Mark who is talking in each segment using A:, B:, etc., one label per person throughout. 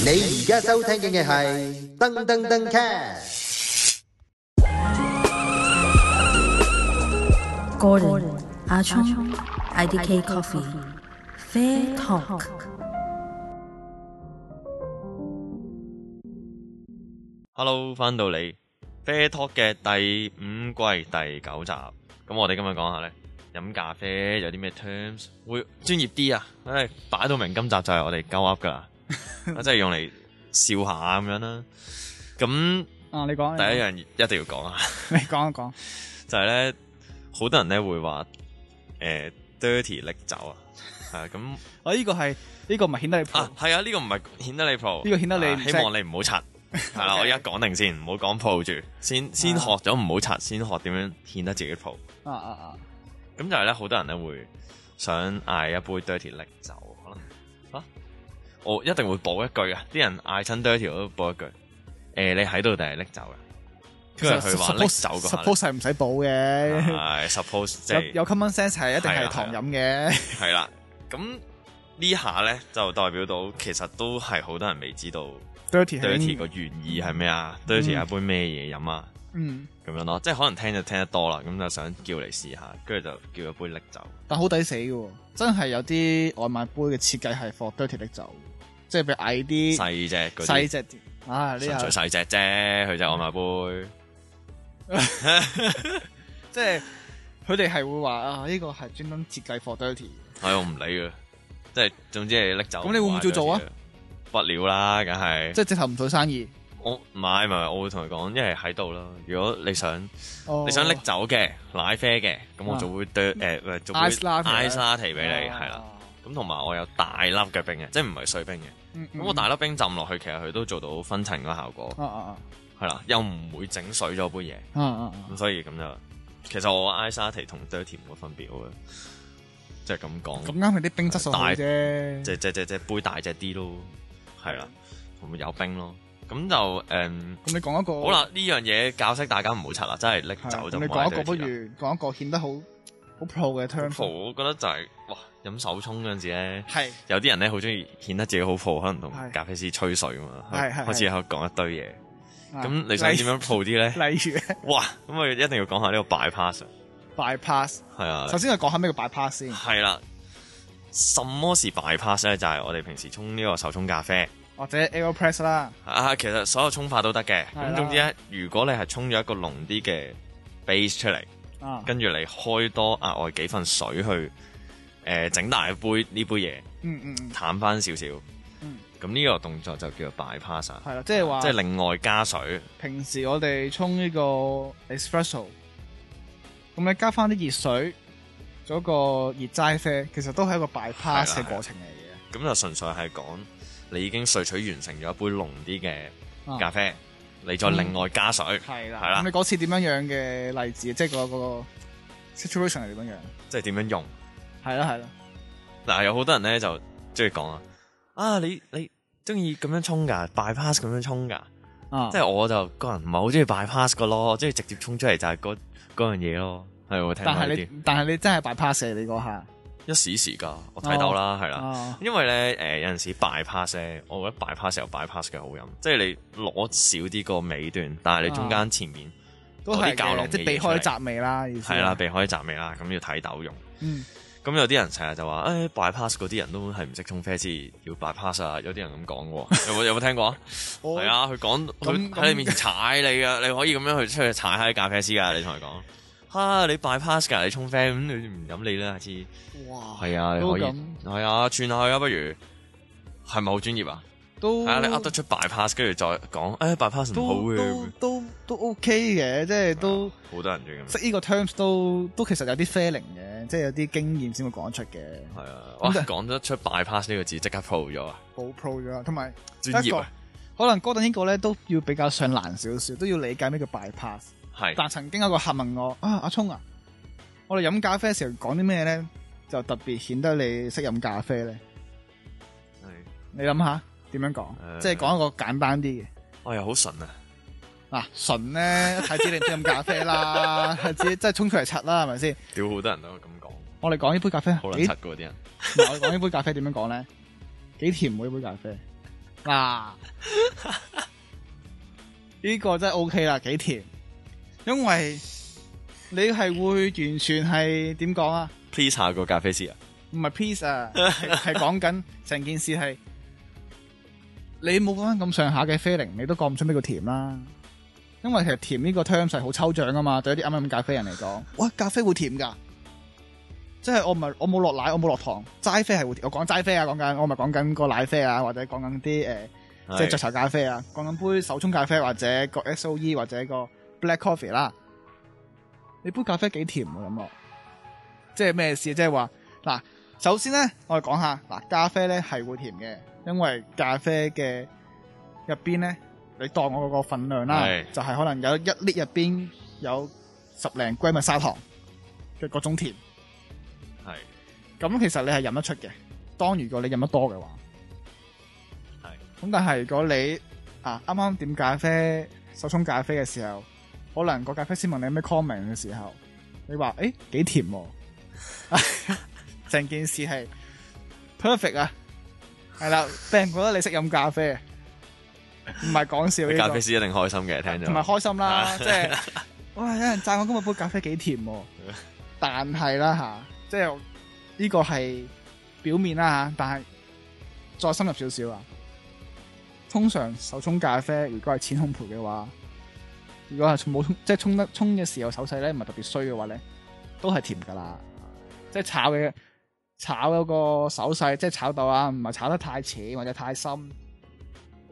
A: 你而家收聽嘅係噔噔噔 cast。
B: Gordon, Ah Chong, IDK Coffee, Fair Talk.
C: ，Hello，翻到嚟 Fair Talk 嘅第五季第九集，咁我哋今日講下咧，飲咖啡有啲咩 terms 會專業啲啊？唉，擺到明今集就係我哋鳩噏噶 啦，啊即係用嚟笑下咁樣啦。咁
D: 啊，你講
C: 第一，樣一定要講啊，
D: 你講一講，
C: 就係咧，好多人咧會話誒 dirty 拎酒啊，係啊咁
D: 我哦呢個係呢個唔係顯得你 pro，
C: 啊係啊，呢個唔係顯得你 pro，
D: 呢個顯得你
C: 啊
D: 唔識
C: 希望你唔好 柒。係啦，我而家講定先，唔好講 pro 住，先先
D: 啊
C: 學咗唔好柒，先學點樣顯得自己 pro。
D: 啊啊啊，
C: 咁就係咧，好多人咧會想嗌一杯 dirty 力酒，可能啊，我一定會補一句啊！啲人嗌親 dirty 我都補一句，誒、你喺度定係拎酒啊嘅？跟住佢話拎酒嗰下
D: suppose 係唔使補嘅，
C: 係 suppose 啊即
D: 有
C: 係
D: 有 common sense 係一定
C: 係啊
D: 係
C: 啦
D: 糖飲 嘅，
C: 係啦。咁呢下咧就代表到其實都係好多人未知道
D: dirty 係
C: dirty 個原意係咩啊？dirty 係一杯咩嘢飲啊？
D: 嗯，
C: 咁樣咯，即係可能聽就聽得多啦，咁就想叫嚟試下，跟住就叫一杯拎酒。
D: 但好抵死嘅喎，真係有啲外賣杯嘅設計係 for dirty 拎走，即係譬如矮啲、
C: 細隻嗰啲
D: 細只啲，啊呢
C: 純粹
D: 下
C: 細只啫，佢就外賣杯。
D: 即係佢哋係會話啊呢個係專登設計 for dirty，
C: 係哎我唔理嘅，即係總之你拎走。
D: 咁你會唔會照做啊？
C: 不了啦，梗係。
D: 即係直頭唔做生意，
C: 我唔係唔係，我會同佢講，一係喺度啦。如果你想
D: 你
C: 你想拎走嘅奶啡嘅，咁我
D: 哦啊
C: 就會對誒誒做杯
D: Ice latte 啊哦
C: ice latte 俾你，係啦。，咁同埋我有大粒嘅冰嘅，即係唔係碎冰嘅。咁
D: 咁
C: 我大粒冰浸落去，其實佢都做到分層嗰效果，
D: 嗯啊啊
C: 係啦，又唔會整水咗杯嘢。
D: 啊啊啊！
C: 咁所以咁就，其實我 ice latte 同 dirty 冇乜分別嘅，即係咁講。
D: 咁啱你啲冰質素好
C: 大
D: 啫，
C: 即即即即杯大隻啲咯，係啦，同埋有冰咯。咁就誒、嗯
D: 咁你講一個
C: 好，啦，呢樣嘢教識大家唔好柒啦，真係拎
D: 係啊
C: 走就
D: 咁你
C: 唔好嗌
D: 講一個不
C: dirty
D: 如
C: 啦
D: 講一個顯得好好 pro 嘅 term，
C: 蒲我覺得就係、哇，飲手沖嗰陣時咧，
D: 係
C: 有啲人咧好中意顯得自己好蒲，可能同
D: 係
C: 咖啡師吹水啊嘛，
D: 係係
C: 開始喺度講一堆嘢。咁你
D: 啊
C: 想點樣蒲啲 咧？
D: 例例如咧
C: 哇，咁我一定要講下呢個 bypass 啊
D: bypass，
C: 係啊
D: 首，先我講下咩叫 bypass 先，
C: 係啦。什麼是 bypass 咧？就係、我哋平時沖呢個手沖咖啡。
D: 或者 aeropress 啦，
C: 啊，其實所有沖法都得嘅。
D: 係啦
C: 咁總之咧，如果你係沖咗一個濃啲嘅 base 出嚟，
D: 啊，
C: 跟住你開多額外幾份水去，誒、整大杯呢杯嘢，
D: 嗯嗯嗯
C: 淡翻少少。
D: 嗯，
C: 咁呢個動作就叫做 bypass 啊，
D: 係啦，即係話
C: 即係另外加水。
D: 平時我哋沖呢個 espresso，咁你加翻啲熱水，做一個熱齋啡，其實都係一個 bypass
C: 係啦係
D: 嘅
C: 啦
D: 過程嚟
C: 咁就純粹係講你已經萃取完成咗一杯濃啲
D: 嘅，
C: 嘅
D: 啊嗯
C: 咖啡，你再另外加水。
D: 係啦，
C: 係啦
D: 咁你嗰次點樣樣嘅例子，即係個個 situation 係點樣樣？
C: 即係點樣用？
D: 係啦係啦，
C: 嗱，有好多人咧就中意講啊，啊你你中意咁樣沖㗎，bypass 咁樣沖㗎。
D: 啊，
C: 即係我就個人唔係好中意 bypass 個咯，我中意直接衝出嚟就係嗰嗰樣嘢咯。係我聽過
D: 但
C: 呢啲
D: 係你但係你真係 bypass 嘅你嗰下，
C: 一時時㗎，我睇到啦，係啦。
D: 啊
C: 因為咧誒、有陣時 bypass 咧，我覺得 bypass 有 bypass 嘅好飲，即係你攞少啲個尾段，但係你中間前面
D: 都
C: 攞
D: 係
C: 啲較濃
D: 嘅，
C: 嘅
D: 即係
C: 嘢
D: 避
C: 出嚟
D: 開雜味啦，意思
C: 係啦，避開雜味啦，咁要睇豆用。
D: 嗯
C: 咁有啲人成日就話誒、bypass 嗰啲人都係唔識沖啡先要 bypass 啊，有啲人咁講喎，有冇有冇聽過 啊？
D: 我
C: 係啊，佢講佢
D: 咁
C: 喺你面前踩你噶， 你可以咁樣去出去踩下啲咖啡師噶，你同佢 講。哈、你 bypass 噶，你沖啡咁你唔飲你啦，下次。
D: 哇
C: 係啊，你
D: 都
C: 可以
D: 咁
C: 係啊，串下去啊，不如係咪好專業啊？
D: 都
C: 係啊，你噏得出 bypass，跟住再講，誒、bypass 唔好
D: 都都
C: 嘅，啊
D: 都都 OK 嘅，即係都
C: 好多人中意咁。
D: 識呢個 terms 都都其實有啲 feeling 嘅，即係有啲經驗先會講得出嘅，
C: 係啊，哇，講得出 bypass 呢個字即刻 pro 咗啊，
D: 好 pro 咗啦，同埋
C: 專
D: 一
C: 業
D: 個
C: 啊，
D: 可能哥頓呢個咧都要比較上難少少，都要理解咩叫 bypass。
C: 係
D: 但曾經有個客問我啊，阿聰啊，我哋飲咖啡嘅時候講啲咩咧，就特別顯得你識飲咖啡咧？
C: 係
D: 你諗下點樣講？
C: 誒
D: 即係講一個簡單啲嘅
C: 哎呀，好純啊，
D: 嗱，純咧太子你唔識飲咖啡啦， 太子真係衝出嚟柒啦，係咪先？
C: 屌好多人都咁講，
D: 我哋講呢杯咖啡
C: 好撚
D: 幾，
C: 柒嗰啲人，
D: 嗱我哋講呢杯咖啡點樣講咧？幾甜喎呢杯咖啡？嗱，呢個真係 O K 啦，幾甜，因為你係會完全係點講啊？
C: please 下個咖啡師啊，
D: 唔係 piece 啊，係係講緊成件事係你冇講緊咁上下嘅 feeling，你都講唔出咩叫甜啦。因為其實甜呢個 term 係好抽象噶嘛，對一啲啱啱飲咖啡人嚟講， 哇咖啡會甜㗎，即係我唔係我冇落奶，我冇落糖，齋啡係會甜。我講齋啡啊，講緊我唔係講緊個奶啡啊，或者講緊啲誒。呃即係雀巢咖啡啊，講緊杯手沖咖啡或者個 SOE 或者個 black coffee 啦。你杯咖啡幾甜喎咁咯，即係咩事？即係話嗱，首先咧，我哋講下嗱，咖啡咧係會甜嘅，因為咖啡嘅入邊咧，你當我個份量啦
C: 係，
D: 就係可能有一 lit 入邊有十零 gram 嘅砂糖嘅嗰種甜。
C: 係
D: 咁其實你係飲得出嘅。當如果你飲得多嘅話，係。咁但係如果你啊啱啱點咖啡、手沖咖啡嘅時候，可能個咖啡師問你有咩 comment 嘅時候，你話誒幾甜喎、 成件事係 perfect 啊，係啦，俾人覺得你識飲咖啡啊，唔係講笑呢、
C: 啲
D: 個
C: 咖啡師一定開心嘅，聽
D: 同埋
C: 咗
D: 開心啦，
C: 啊
D: 即係 哇有人讚我今日杯咖啡幾甜 喎，但係啦吓，即係呢個係表面啦吓，但係再深入少少啊。通常手沖咖啡如果係淺烘焙嘅話，如果係冇沖即係沖得沖嘅時候手勢咧唔係特別衰嘅話咧，都係甜噶啦。即係炒嘅炒嗰個手勢，即係炒到啊，唔係炒得太淺或者太深。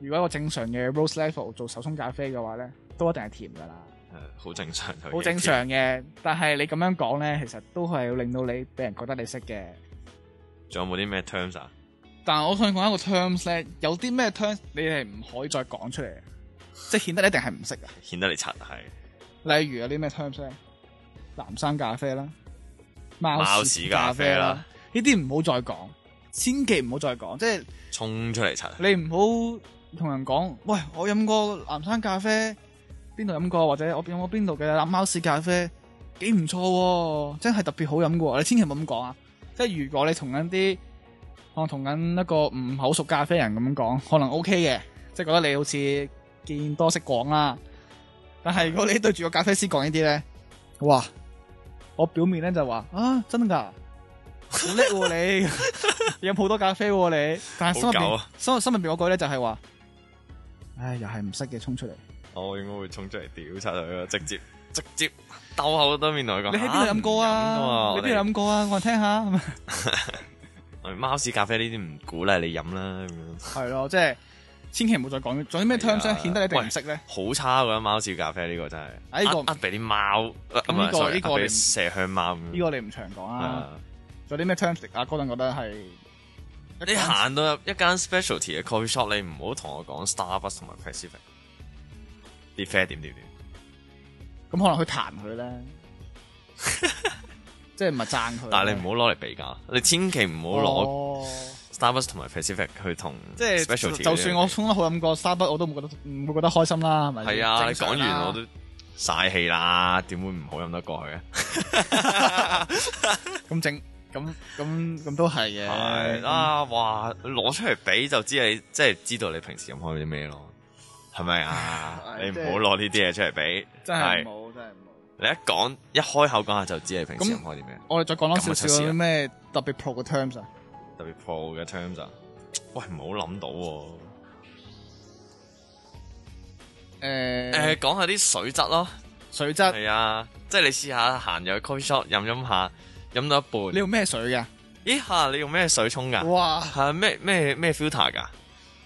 D: 如果一個正常嘅 roast level 做手沖咖啡嘅話咧，都一定係甜噶啦，
C: 係呃好正常，
D: 好正。常嘅。但係你咁樣講咧，其實都係會令到你俾人覺得你識嘅。
C: 仲有冇啲咩 terms 啊？
D: 但係我想講一個 terms 咧，有啲咩 terms 你係唔可以再講出嚟嘅，即係顯得你一定係唔識嘅。
C: 顯得你柒係
D: 例如有啲咩 terms 咧，藍山咖啡啦，貓
C: 貓
D: 屎
C: 屎
D: 咖
C: 咖
D: 啡
C: 啡
D: 啦
C: 啦，
D: 呢啲唔好再講，千祈唔好再講，即係。
C: 衝出嚟柒，
D: 你唔好同人講，喂，我飲過南山咖啡，邊度飲過，或者我飲過邊度嘅藍貓屎咖啡，幾唔錯喎，真係特別好飲嘅喎。你千祈唔好咁講啊！即係如果你同緊啲，可能同緊一個唔好熟咖啡人咁講，可能 OK 嘅，即係覺得你好似見多識廣啦。但係如果你對住個咖啡師講呢啲咧，哇！我表面咧就話啊，真㗎，好叻喎你！ 你飲好多咖啡喎、你，但係心入
C: 好狗
D: 邊
C: 啊
D: 心心入邊嗰句咧就係話，唉，又係唔識嘅衝出嚟。
C: 我哦應該會衝出嚟屌柒佢啊！直接直接兜口兜面同佢講。
D: 你喺邊度飲過啊？
C: 啊唔飲㗎喎
D: 你邊度？飲過啊？我嚟聽下。咁啊
C: 我哋貓屎咖啡呢啲唔鼓勵你飲啦，咁樣
D: 係咯，即係千祈唔好再講。仲有啲咩 terms
C: 係
D: 咧
C: 啊
D: 顯得你一定唔識咧？
C: 好差㗎貓屎咖啡呢個真係。
D: 啊呢個
C: 呃呃俾啲貓，呃
D: 咁
C: 唔
D: 呢
C: 係
D: 個
C: sorry，
D: 呢個
C: 呃俾
D: 你唔
C: 麝香貓咁樣。
D: 呢個你唔長講
C: 係
D: 啊。
C: 啊
D: 仲有啲咩 terms 啊？嗰陣覺得係
C: 你行到入一間 specialty 嘅 coffee shop，你唔好同我講 Starbucks 同埋 Pacific 啲啡點點點，
D: 咁，可能佢彈佢咧， 即係唔係讚佢。
C: 但係你唔好攞嚟比較，你千祈唔好攞
D: 哦
C: Starbucks 同埋 Pacific 去同
D: 即
C: specialty
D: 係就算我沖得好飲過沙筆，我都唔覺得唔會覺得開心啦，係咪？
C: 係啊，你
D: 正
C: 講
D: 常啦
C: 完我都嘥氣啦，點會唔好飲得過去啊？
D: 咁正咁咁咁都係嘅。嗯
C: 係啊啦，哇！攞出嚟比就知你，即係知道你平時飲開啲咩咯，係咪啊？
D: 係
C: 你唔
D: 即
C: 好
D: 係
C: 攞呢啲嘢出嚟比，
D: 真係
C: 係
D: 冇，真係冇。
C: 你一講一開口講下就知你平時
D: 咁
C: 飲開啲咩。
D: 我哋再講多少
C: 咁啊出事
D: 少
C: 啦
D: 咩特別 pro 嘅 terms 啊？
C: 特別 pro 嘅 terms 啊，喂唔好諗到喎、
D: 誒
C: 誒、講下啲水質咯，
D: 水質，
C: 係啊，即係你試下行入去 coffee shop 飲飲下，飲到一半，
D: 你用咩水㗎？
C: 咦嚇你用咩水沖㗎？
D: 哇
C: 係咩咩咩 filter 㗎？誒、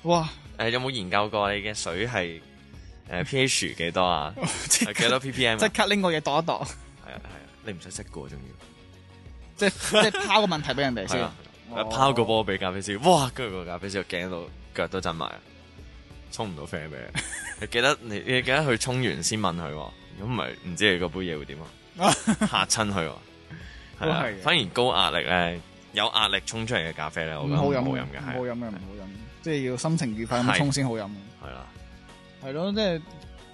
D: 哇，
C: 有冇研究過你嘅水係誒、pH 幾多啊？
D: 即
C: 係幾
D: 刻
C: 多 ppm 啊？
D: 即刻拎個嘢度一度，
C: 係啊係啊，你唔使識過仲要，
D: 即係即係拋個問題俾人哋
C: 係
D: 先哦
C: 啊。，拋個波俾咖啡師，哇！跟住個咖啡師個頸度腳都震埋啊，沖唔到啡俾 你。你記得你你記得佢沖完先問佢喎，如果唔係唔知你嗰杯嘢會點 啊，嚇親佢喎。係
D: 都
C: 啊
D: 係嘅，
C: 反而高壓力咧，有壓力沖出嚟嘅咖啡咧，我
D: 唔
C: 覺得
D: 好飲，
C: 唔好飲
D: 唔
C: 嘅係
D: 好
C: 啊
D: 飲嘅，唔好飲，即係要心情愉快咁
C: 係
D: 沖先好飲。
C: 係啦，
D: 係咯，即係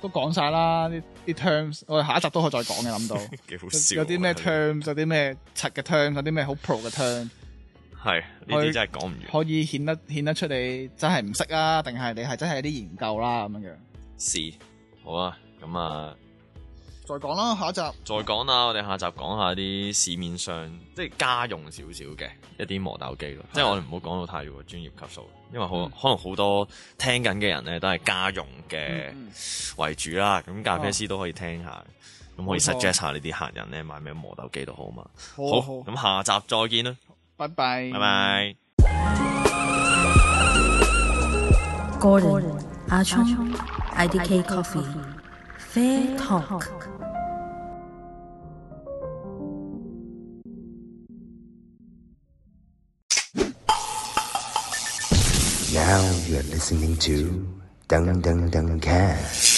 D: 都講晒啦，啲啲 terms，我哋下一集都可以再講嘅，諗到。
C: 幾好笑啊。
D: 有啲咩
C: 我覺得
D: terms，有啲咩柒嘅 terms，有啲咩好 pro 嘅 term，
C: 係呢啲真係講唔完。
D: 可以顯得顯得出你真係唔識啊，定係你係真係有啲研究啦咁樣樣。
C: 是好啊，咁啊，
D: 再講啦，下一集
C: 再講啦，我哋下集講下啲市面上即係家用少少嘅一啲磨豆機咯，即係我哋唔好講到太過專業級數，因為好、
D: 嗯
C: 可能好多聽緊嘅人咧都係家用嘅
D: 嗯
C: 為主啦，咁咖啡師都可以聽下，咁可以
D: 冇錯
C: suggest 下你啲客人咧買咩磨豆機都好嘛。好，
D: 好好，
C: 咁下集再見啦，
D: 拜拜，
C: 拜。拜。
B: Gordon, Ah Achong, IDK Coffee, Fair Talk.
A: Now you're listening to Dung Dung Dung Cat.